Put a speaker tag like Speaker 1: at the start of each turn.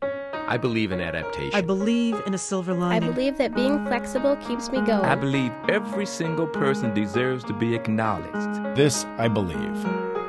Speaker 1: I believe in adaptation.
Speaker 2: I believe in a silver
Speaker 3: I
Speaker 2: lining.
Speaker 3: believe that being flexible keeps me going.
Speaker 4: I believe every single person deserves to be acknowledged.
Speaker 5: This I believe.